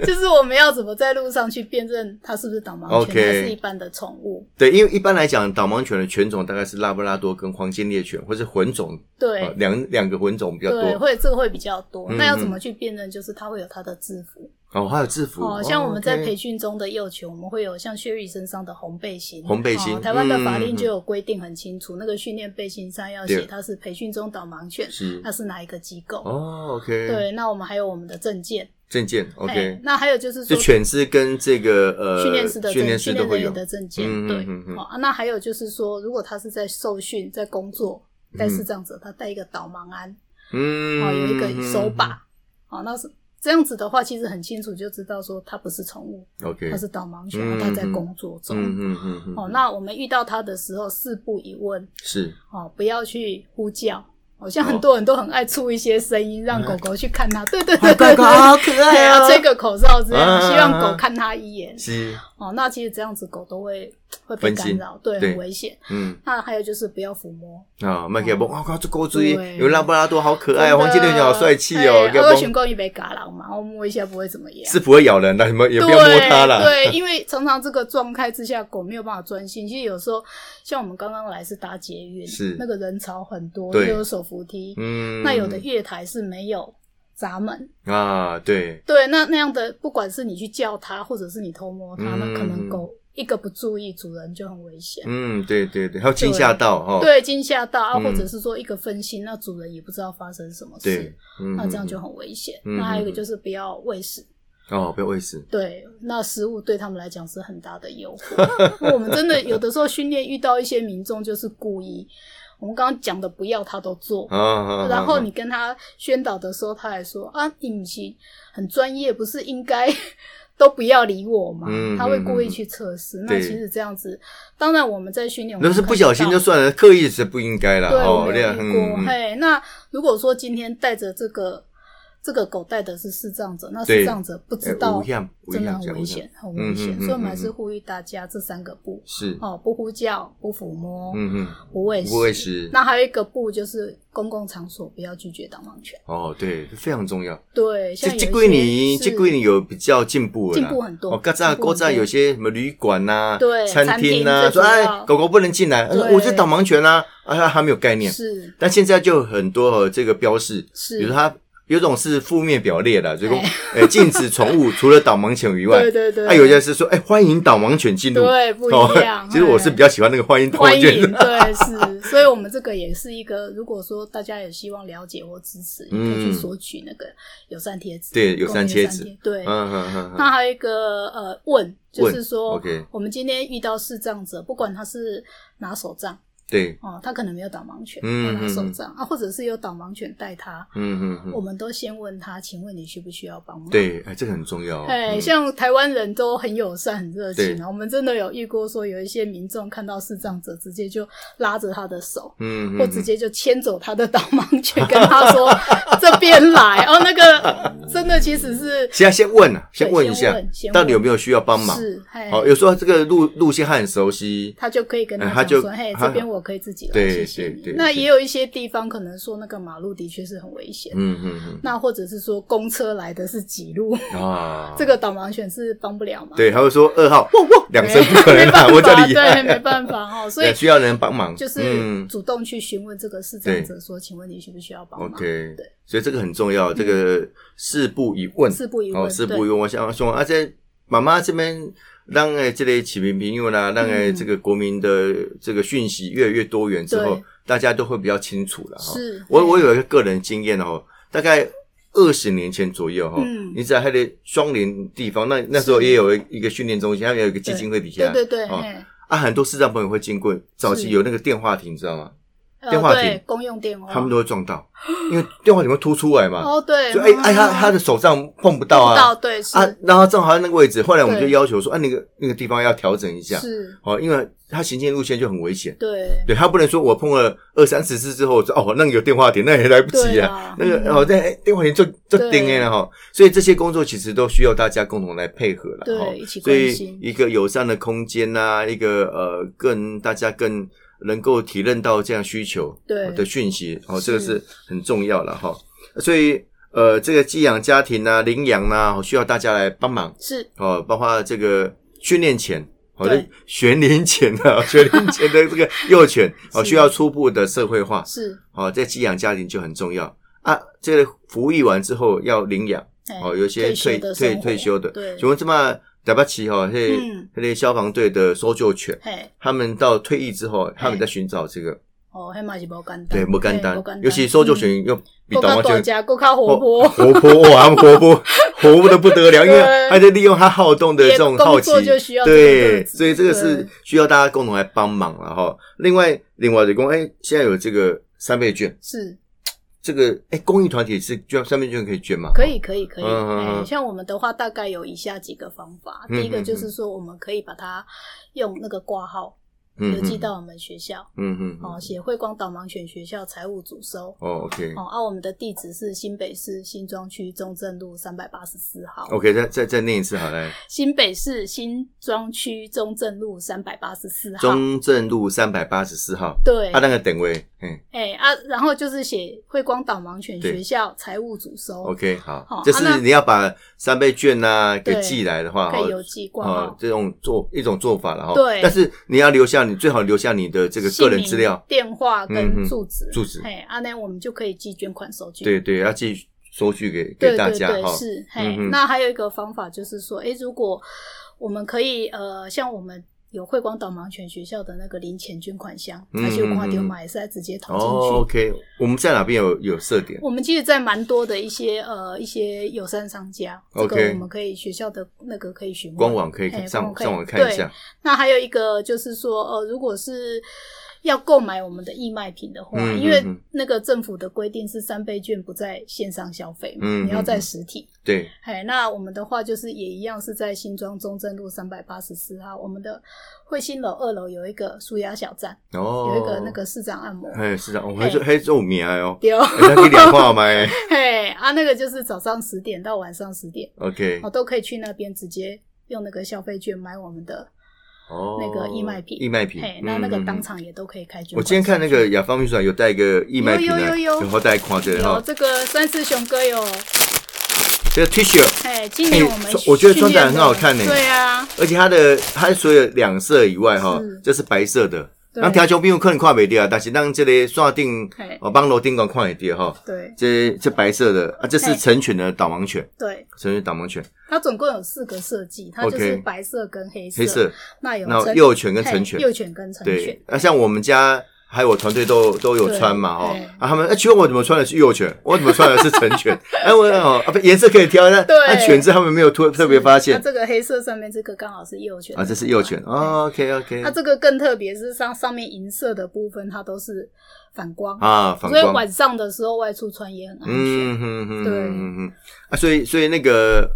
B: 就是我们要怎么在路上去辨认它是不是导盲犬
A: OK
B: 还是一般的宠物。
A: 对，因为一般来讲，导盲犬的犬种大概是拉布拉多跟黄金猎犬，或是混种，
B: 对、
A: 呃两两个混种比较
B: 对，
A: 多。
B: 会这个会比较多。
A: 嗯
B: 那要怎么去辨认？就是它会有它的制服
A: 哦，还有制服。
B: 哦，像我们在
A: OK
B: 培训中的幼犬，我们会有像薛玉身上的红背心，
A: 红背心
B: 哦台湾的
A: 嗯
B: 法
A: 嗯
B: 令
A: 嗯
B: 就有规定很清楚，那个训练背心上要
A: 对
B: 写它是培训中导盲犬，
A: 是
B: 它是哪一个机构。
A: 哦，OK，，
B: 对，那我们还有我们的证件
A: 证件
B: 哎
A: OK，
B: 那还有就是
A: 就
B: 说
A: 犬师跟这个呃
B: 训练师的证
A: 训练师
B: 训练
A: 都
B: 人
A: 会有
B: 员的证件，
A: 嗯嗯
B: 对、
A: 嗯嗯
B: 哦啊那还有就是说，如果他是在受训、在工作、带视障者，他带一个导盲鞍，
A: 嗯
B: 哦，有一个手把，哦，那是这样子的话，其实很清楚就知道说他不是宠物，
A: 嗯 OK，
B: 他是导盲犬，
A: 嗯
B: 他在工作中。
A: 嗯嗯嗯嗯，
B: 哦，那我们遇到他的时候，四步一问，
A: 是
B: 哦，不要去呼叫。好像
A: 哦哎
B: 很多人都很爱出一些声音，让狗狗去看它。对对
A: 好
B: 对对
A: 狗
B: 对，
A: 狗好可爱哦
B: 对啊吹个口哨这
A: 啊啊
B: 样，
A: 啊
B: 希望狗看它一眼。
A: 是
B: 哦，那其实这样子狗都会会被
A: 分
B: 干
A: 心
B: 扰，对，
A: 对
B: 很危险。
A: 嗯
B: 那还有就是不要抚摸，
A: 啊，麦克风，哇靠，这狗追，
B: 哦对
A: 有拉布拉多好可爱，
B: 真的
A: 黄金猎犬好帅气哦，
B: 哎
A: 麦
B: 啊我
A: 克
B: 选
A: 风
B: 购一杯嘎狼嘛，我摸一下不会怎么样。
A: 是不会咬人的，你们也
B: 对
A: 不要摸它啦。
B: 对，因为常常这个状态之下，狗没有办法专心。其实有时候，像我们刚刚来是搭捷运，
A: 是
B: 那个人潮很多，又
A: 对
B: 有手扶梯，
A: 嗯，
B: 那有的月台是没有闸门。
A: 啊，对，
B: 对，那那样的，不管是你去叫它，或者是你偷摸它，
A: 嗯
B: 那可能狗一个不注意，主人就很危险。
A: 嗯，对对对，还有惊吓到哦，
B: 对，惊吓到啊，
A: 嗯
B: 或者是说一个分心，那主人也不知道发生什么
A: 对
B: 事，，
A: 嗯
B: 哦那这样就很危险。
A: 嗯
B: 那还有一个就是不要喂食
A: 哦，不要喂食，
B: 对，那食物对他们来讲是很大的诱惑。 (laughs) 我们真的有的时候训练遇到一些民众就是故意，我们刚刚讲的不要他都做，
A: 啊啊，啊
B: 然后你跟他宣导的时候，他还说啊，你不是很专业，不是应该都不要理我吗？
A: 嗯
B: 他会故
A: 嗯
B: 意
A: 嗯
B: 去测试。那
A: 对
B: 其实这样子，当然我们在训练，我们
A: 那是不
B: 看得
A: 小心
B: 到
A: 就算了，刻意是不应该啦。
B: 对，我
A: 哦，
B: 没有遇过。
A: 嗯嗯
B: 嘿，那如果说今天带着这个这个狗带的是视障者，那
A: 对
B: 视障者不知道
A: 哎危险，危险
B: 真的
A: 这
B: 很
A: 样
B: 危
A: 危
B: 险
A: 险，
B: 很
A: 嗯
B: 危
A: 嗯
B: 险。
A: 嗯
B: 所以我们还
A: 嗯
B: 是呼吁大家这三个不
A: 是，
B: 哦，不呼叫、不抚摸、
A: 嗯嗯，
B: 不喂
A: 不喂
B: 食。
A: 食，
B: 那还有一个不就是公共场所不要拒绝导盲犬。
A: 哦，对，非常重要。
B: 对，
A: 这
B: 像
A: 这
B: 有一
A: 几
B: 些
A: 年，
B: 是
A: 这几年有比较进步了啦，
B: 进步很多
A: 哦，刚才
B: 进步很多
A: 国在有些什么旅馆呐、
B: 对
A: 餐厅呐、说
B: 餐厅最主
A: 哎
B: 要，
A: 狗狗不能进来，呃
B: 对
A: 我是导盲犬啊，啊，它还没有概念。
B: 是
A: 但现在就很多呃这个标示，
B: 是
A: 比如它有种是负面表列的，就说
B: 哎
A: 呃禁止宠
B: (laughs)
A: 物除了导盲犬以外，
B: 对对对
A: 啊，有些是说哎欢迎导盲犬进入，
B: 对不一样哎
A: 哦。其实我是比较喜欢那个欢迎导
B: 欢
A: 盲
B: 迎，
A: 犬的。
B: 对，是，所以我们这个也是一个，如果说大家有希望了解或支持，
A: 嗯
B: 你可以去索取那个友善贴纸，
A: 对友
B: 公
A: 善
B: 民
A: 贴
B: 友
A: 纸
B: 对。
A: 嗯嗯嗯嗯，
B: 那还有一个呃问，就
A: 问
B: 是说
A: ，OK，
B: 我们今天遇到视障者，不管他是拿手杖
A: 对，
B: 哦，他可能没有导盲犬，
A: 嗯
B: 他拿手
A: 嗯嗯
B: 杖啊，或者是有导盲犬带他，
A: 嗯嗯
B: 我
A: 嗯，
B: 们都先问他，请问你需不需要帮忙？
A: 对，哎，这个很重要哦。
B: 哎、
A: 嗯
B: 像台湾人都很友善、很热情
A: 对
B: 啊。我们真的有遇过说，有一些民众看到视障者，直接就拉着他的手，
A: 嗯，嗯
B: 或直接就牵走他的导盲犬，跟他
A: (laughs)
B: 说这边来。哦，那个真的其实是
A: 先先问啊，先问一
B: 先
A: 下
B: 问先，问
A: 到底有没有需要帮忙？
B: 是，哎嘿
A: 哦，有时候这个路路线他很熟悉，
B: 他就可以跟
A: 哎
B: 他
A: 他
B: 讲
A: 就
B: 说：“嘿，
A: 他
B: 这边我可以自己来。”
A: 对
B: 谢谢
A: 对
B: 你
A: 对
B: 那
A: 对
B: 也有一些地方可能说那个马路的确是很危险，
A: 嗯嗯
B: 那或者是说公车来的是几路，
A: 嗯，啊，
B: (laughs) 这个导盲犬是帮不了嘛。 (laughs)
A: 对，他会说二号，汪汪，两声
B: 没
A: 不可能
B: 没
A: 啊，
B: 办
A: 我这
B: 法，
A: 里
B: 对，
A: (laughs)
B: 没办法哦，所以
A: 需要人帮忙，
B: 就是
A: 嗯
B: 主动去询问这个视障者说：“请问你需不需要帮忙？”
A: ，OK，
B: 对，
A: 所以这个很重要，这个事不宜问，
B: 事不宜问
A: 哦，事不宜问，我想说，而且妈妈这边。让诶，这类起民朋友啦，让诶
B: 嗯
A: 这个国民的这个讯息越来越多元之后
B: 对，
A: 大家都会比较清楚了哈。
B: 是
A: 哦我我有一个个人经验哦，大概二十年前左右哈、
B: 嗯
A: 你在他的双联地方，那那时候
B: 是
A: 也有一个训练中心，他们有一个基金会底下，
B: 对对对，
A: 哦
B: 嘿
A: 啊，很多视障朋友会经过，早期有那个电话亭，你知道吗？
B: 呃
A: 电话
B: 对
A: 亭
B: 公用电话，
A: 他们都会撞到，因为电话亭会凸出来嘛，
B: 哦对，
A: 就哎哎他他
B: 的
A: 的手杖碰不到啊
B: 到对是
A: 啊，然后正好在那个位置，后来我们就
B: 对
A: 要求说，啊那个那个地方要调整一下，
B: 是，
A: 哦，因为他行进路线就很危险。
B: 对
A: 对他不能说我碰了二三十次之后说哦，那个有电话亭，那也来不及
B: 对
A: 啊
B: 啊，
A: 那个
B: 嗯
A: 哦，那电话亭就就
B: 对
A: 定了哈。所以这些工作其实都需要大家共同来配合了哈。
B: 对一起
A: 所
B: 关心
A: 以一个友善的空间呐、一个呃更大家更能够体认到这样需求
B: 对
A: 哦的讯息哦，
B: 是
A: 这个是很重要了哈。所以呃，这个寄养家庭呐、领养呐、哦需要大家来帮忙。
B: 是
A: 哦，包括这个训练前，哦，
B: 对
A: 这学龄前
B: (laughs)
A: 啊，学龄前的这个幼犬，哦，
B: 是
A: 需要初步的社会化，
B: 是，
A: 哦，在寄养家庭就很重要啊。这个服役完之后要领养，
B: 哎
A: 哦，有一些退
B: 退休的
A: 退
B: 生活
A: 退休的，
B: 对
A: 请问这么台北市哈，哦那
B: 嗯
A: 那些消防队的搜救犬，
B: 嘿
A: 他们到退役之后，他们在寻找这个，
B: 哦，黑马是不简单，
A: 对，不简
B: 嘿
A: 单
B: 不简，
A: 尤其搜救
B: 嗯
A: 犬又比
B: 够
A: 导盲
B: 较大
A: 犬
B: 只，够较活
A: 哦
B: 泼，
A: 活泼哇，他们活
B: (laughs)
A: 泼，活泼的不得了，因为
B: 对
A: 他在利用他好动
B: (laughs)
A: 的这种好奇
B: 也工作就需，要这个
A: 对，
B: 特质
A: 所以这个是需要大家共同来帮忙了哈。另外，另外的公，哎，现在有这个三倍券，
B: 是
A: 这个哎公益团体是捐三倍券可以捐吗？
B: 可以，可以，可以。
A: 嗯嗯嗯
B: 哎像我们的话，大概有以下几个方法。
A: 嗯
B: 第一个就
A: 嗯
B: 是说，我们可以把它用那个挂号，
A: 嗯
B: 邮寄
A: 嗯
B: 到我们学校。
A: 嗯嗯，
B: 哦，写汇光导盲犬学校财务主收。
A: 哦，OK
B: 哦，啊，我们的地址是新北市新庄区中正路三百八十四号。
A: OK，再再再念一次好嘞，
B: 新北市新庄区中正路三百八十四号。
A: 中正路三百八十四号，
B: 对，
A: 啊，那个等位，嗯
B: 哎、啊，然后就是写汇光导盲犬
A: 对
B: 学校财务主收
A: ，OK，好
B: 哦好，
A: 就
B: 啊那
A: 是你要把三倍券呐给
B: 对
A: 寄来的话，
B: 可以
A: 哦
B: 邮寄挂
A: 哦
B: 号，，
A: 这种做一种做法了哈。
B: 对
A: 但是你要留下你最好留下你的这个个人资料
B: 姓名，电话
A: 嗯
B: 跟
A: 嗯
B: 住址。
A: 住址
B: 哎、啊，那我们就可以寄捐款收据。
A: 对对，要寄收据给
B: 对
A: 给大家
B: 对
A: 哈
B: 对，。是，嘿、
A: 嗯嗯
B: 那还有一个方法就是说，诶，如果我们可以呃，像我们。有慧光导盲犬学校的那个零钱捐款箱，
A: 嗯
B: 而且
A: 嗯
B: 跨
A: 嗯
B: 丢
A: 嗯
B: 买也是直接投进去。
A: 哦，OK，我们在哪边有有设点？
B: 我们其实，在蛮多的一些呃一些友善商家这
A: OK
B: 个我们可以学校的那个可以询问。
A: 官网可以
B: 哎
A: 上
B: 官网可以
A: 上网看一
B: 对
A: 下。
B: 那还有一个就是说，呃，如果是要购买我们的义卖品的话，
A: 嗯
B: 因为
A: 嗯嗯
B: 那个政府的规定是三倍券不在线上消费嘛，
A: 嗯
B: 你要
A: 嗯
B: 在
A: 嗯
B: 实体。
A: 对，
B: 哎，那我们的话就是也一样是在新庄中正路三百八十四号，我们的惠新楼二楼有一个舒压小站，
A: 哦，
B: 有一个那，个市长按摩。
A: 哎，是的，我
B: 哎
A: 还是还是有名的
B: (laughs)
A: 哦，
B: 对哦，
A: 哎那你两话吗哎
B: (laughs) 嘿啊，那个就是早上十点到晚上十点，
A: ？OK，
B: 哦，都可以去那边直接用那个消费券买我们的，
A: 哦，
B: 那个义卖品
A: 义卖品
B: 嘿，，那那个
A: 嗯
B: 当。场也都可以
A: 嗯
B: 开
A: 嗯
B: 券。
A: 我今天看那个雅芳秘书长有带一个义卖品啊
B: 有有
A: 来，
B: 有有
A: 然后大家看这
B: 有
A: 哈，
B: 这个三四雄哥有，
A: 这个 T 恤，
B: 哎，今年
A: 哎
B: 我们
A: 穿我觉得
B: 训
A: 穿起来
B: 练
A: 很好
B: 的
A: 看呢
B: 对啊，
A: 而且它的它除了两色以外哈
B: 是，
A: 这是白色的。
B: 对
A: 咱听小朋友可能看袂到，但是咱这个线顶
B: 嘿
A: 哦，帮楼顶管看会到哈。
B: 对
A: 这这白色的啊，这是
B: 嘿
A: 成犬的导盲犬，
B: 对，
A: 成犬导盲犬，
B: 它总共有四个设计，它就是
A: OK
B: 白色跟黑色，
A: 黑色。
B: 那有
A: 那
B: 成
A: 幼犬跟
B: 嘿
A: 成犬
B: 幼犬跟成犬
A: 对，，那像我们家还有我团队都都有
B: 对
A: 穿嘛哈
B: 对。
A: 啊，他们哎，请问我怎么穿的是幼犬？我怎么穿的是成犬？ (laughs) 哎，我哦，啊不，颜色可以挑，但
B: 对
A: 但犬字他们没有特特别发现
B: 它嗯这个黑色上面这个刚好是幼犬
A: 啊，这是幼犬。哦 OK OK
B: 它这个更特别，是上上面银色的部分，它都是反光，
A: 啊，反
B: 所以
A: 光。
B: 晚上的时候外出穿也很安全。
A: 嗯哼哼，
B: 对
A: 嗯哼，啊，所以所以那个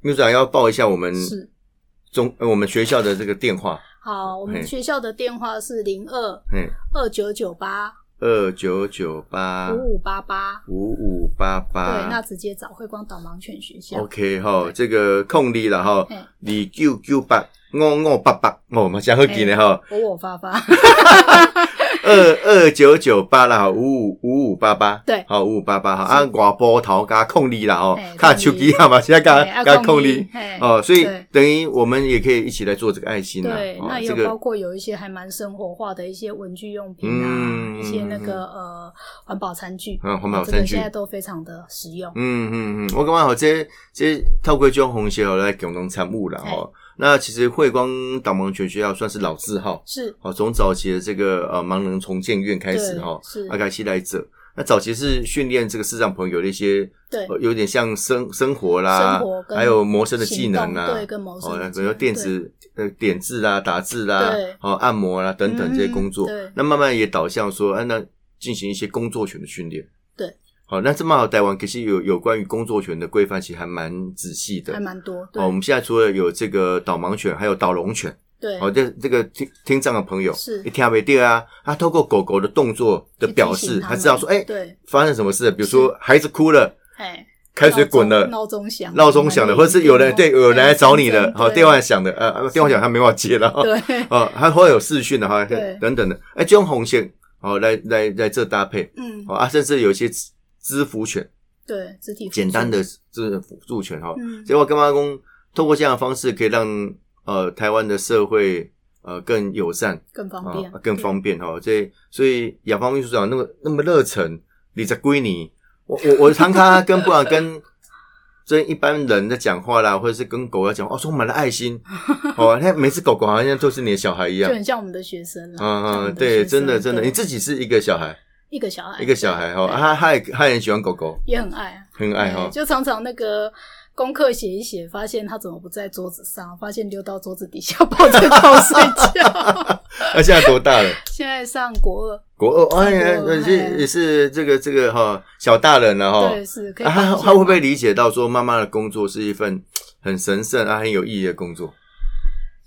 A: 秘书长要报一下我们
B: 是，
A: 中呃我们学校的这个电话，
B: 好，我
A: 嘿
B: 们学校的电话是零二
A: 嗯，
B: 二九九八
A: 二九九八
B: 五五八八，
A: 五五八
B: 哦对，
A: 八，
B: 那直接找慧光导盲犬学校。
A: 啊 OK 哈，这个空力了哈
B: 嘿，
A: 二九九八五五八八，哦，嘛真好记呢哈，
B: 我我发
A: (laughs)
B: 发，
A: 二二九九八啦，哈，五五五五八八，
B: 对
A: 好五五八八哈，啊，外波头加空力啦哦
B: 嘿，
A: 卡
B: 空
A: 手机
B: 力
A: 啊嘛，现在
B: 嘿
A: 加
B: 啊
A: 加空
B: 空力
A: 力
B: 嘿
A: 哦，所以
B: 对
A: 等于我们也可以一起来做这个爱心啦，
B: 对，
A: 哦
B: 那也
A: 这
B: 有
A: 个
B: 包括有一些还蛮生活化的一些文具用品啊，
A: 嗯
B: 一些那个呃环保餐具，
A: 嗯环保
B: 啊这
A: 餐
B: 个
A: 具
B: 现在都非常的实用。
A: 嗯嗯嗯，我感觉吼，这这透过这种红协来共同参悟
B: 哎
A: 啦吼。那其实慧光导盲犬学校算是老字号，
B: 是，
A: 哦，从早期的这个呃盲人重建院开始哦啊
B: 对
A: 哈
B: 是，
A: 阿开西来者。那早期是训练这个视障朋友的一些，
B: 对
A: 呃有点像生生活啦
B: 生活，跟
A: 还有谋生的技能啦，
B: 行动对跟谋生的技能
A: 哦，比如电子呃点字啦、打字啦
B: 对、
A: 哦按摩啦等等这些工作
B: 嗯对，
A: 那慢慢也导向说，啊，那进行一些工作犬的训练。
B: 对，
A: 好，那这么好，台湾可是有有关于工作犬的规范，其实还蛮仔细的
B: 还。蛮多。对
A: 哦，我们现在除了有这个导盲犬，还有导笼犬。
B: 对
A: 哦，这这个听听障的朋友
B: 是
A: 你听没对啊？他透过狗狗的动作的
B: 去提
A: 表
B: 醒
A: 示，
B: 他
A: 他知道
B: 们
A: 说，哎、
B: 对，
A: 发生什么事了？比如说孩子哭了，
B: 哎，
A: 开水滚
B: 闹
A: 了
B: 钟，闹钟响，
A: 闹钟响了，或者是有人对有人来找你了，好、
B: 好，
A: 电话响了，呃，呃电话响他没办法接了，哦，
B: 对，
A: 哦还会有视讯的哈
B: 对，
A: 等等的，哎、这种红线，哦，来来来这搭配，
B: 嗯，
A: 哦啊，甚至有一些支支付犬，
B: 对，肢体
A: 简单
B: 的，
A: 的支辅助犬哈，
B: 嗯，
A: 所以我干妈公透过这样的方式，可以让呃台湾的社会呃更友善。
B: 更方
A: 啊，
B: 便，
A: 更方便哈。这所以雅芳秘书长那么那么热忱，你在归你，我我我常看他跟不管
B: (laughs)
A: 跟这一般人在讲话啦，或者是跟狗要讲话，哦，充满了爱心哦。那每次狗狗好像都是你的小孩一
B: 便，
A: 样
B: 就，很像我们的学生了。像我
A: 嗯
B: 们
A: 嗯，对，
B: 学生
A: 真的真的，
B: 对
A: 你自己是一个小孩，
B: 一个小孩，
A: 一个小孩哈，
B: 对
A: 啊他他也他也很喜欢狗狗，
B: 也很爱，
A: 很爱哦哈
B: 哎。就常常那个。功课写一写，发现他怎么不在桌子上？发现溜到桌子底下抱着 (laughs) 头睡觉。 (laughs)
A: 那现在多大了？
B: 现在上国二，
A: 国二，哎
B: 差不多
A: 哎，是
B: 哎
A: 也是这个这个哈小大人了哈。
B: 对，是可以
A: 啊、
B: 帮
A: 他
B: 助。
A: 他会不会理解到说妈妈的工作是一份很神圣啊很有意义的工作？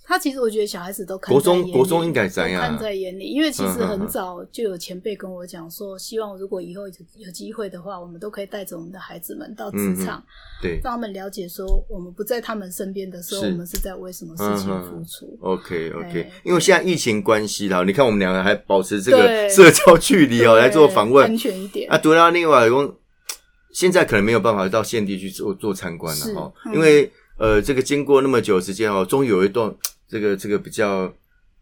B: 他其实我觉得小孩子都看在
A: 国中
B: 眼里
A: 国中应该怎
B: 都
A: 样
B: 看？在眼里，因为其实
A: 嗯嗯
B: 很
A: 嗯
B: 早就有前辈跟我讲说，希望如果以后有有机会的话，我们都可以带着我们的孩子们到
A: 嗯嗯
B: 职场，
A: 对
B: 让他们了解说，我们不在他们身边的时候，
A: 是嗯
B: 我们是在为什么事情付出。
A: ，OK OK，
B: 哎
A: 因为现在疫情关系啦，你看我们两个还保持这个
B: 对
A: 社交距离哦
B: 对
A: 来做访问
B: 安，全一点
A: 啊，。独拉另外公现在可能没有办法到现地去做做参观了
B: 是
A: 哈，
B: 嗯
A: 因为呃，这个经过那么久的时间哦，终于有一栋这个这个比较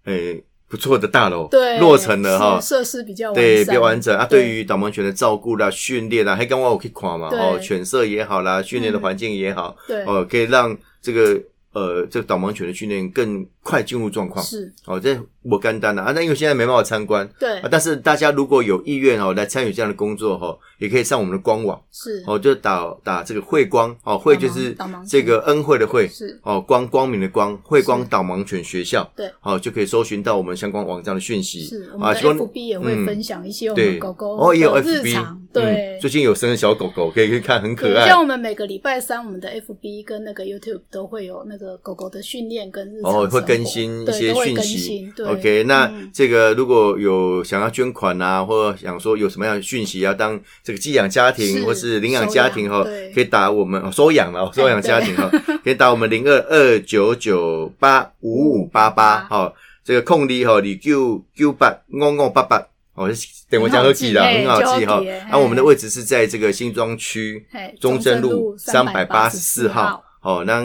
A: 诶、不错的大楼
B: 对，
A: 落成了哈
B: 是。设施比较完
A: 对，比
B: 善
A: 较完整啊！
B: 对
A: 对于导盲犬的照顾啦、训练啦，啊还刚刚我可以看嘛，
B: 对
A: 哦，犬舍也好啦，训练的
B: 嗯
A: 环境也好，
B: 对，
A: 哦，可以让这个呃这个导盲犬的训练更快进入状况。
B: 是，
A: 哦，这我干单了啊！那因为现在没办法参观，
B: 对
A: 啊，，但是大家如果有意愿哦来参与这样的工作哦，也可以上我们的官网
B: 是，
A: 哦，就打打这个慧光哦，慧就是
B: 嗯导盲
A: 这个恩惠的慧
B: 是，
A: 哦，光光明的光，慧光
B: 是
A: 导盲犬学校
B: 对，
A: 哦就可以搜寻到我们相关网站的讯息
B: 是，我
A: 啊，
B: 们的
A: 希望
B: FB 也会
A: 嗯
B: 分享一些我
A: 对
B: 们狗狗
A: 哦也有
B: 的日
A: FB
B: 常，
A: 嗯最近有生了小狗狗，可以去看，很可
B: 对，
A: 爱
B: 像我们每个礼拜三，我们的 FB 跟那个 YouTube 都会有那个狗狗的训练跟日常
A: 哦，会
B: 生活
A: 更新一
B: 对
A: 些
B: 都会
A: 讯
B: 更
A: 息
B: 新。对
A: OK，那
B: 嗯
A: 这个如果有想要捐款啊，或者想说有什么样的讯息要当这个寄养家庭
B: 是
A: 或是领养家庭哈
B: 收养对，哎
A: 可以打我们哦收养了哦收养家庭
B: (laughs)
A: 哈，可以打我们零二二九九八五五八八哈，这个空力哈，你九九八五五八八。哦，等我讲都记了，很
B: 很
A: 好
B: 好记
A: 记
B: 嘿
A: 哈啊
B: 就好记。哎
A: 那我们的
B: 嘿
A: 位置是在这个新庄区
B: 嘿
A: 中正路
B: 路
A: 三百八十四
B: 384
A: 号
B: 号。
A: 哦，咱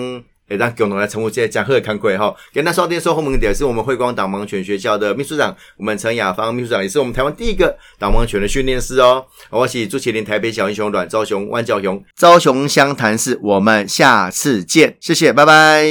A: 会咱共同来成为这嘉贺康贵哈。跟大家说，电说后门点是我们慧光导盲犬学校的秘书长，我们陈雅芳秘书长也是我们台湾第一个导盲犬的训练师哦。我是朱麒麟，台北小英雄阮昭雄、万兆雄，昭雄湘潭市，我们下次见，谢谢，拜拜。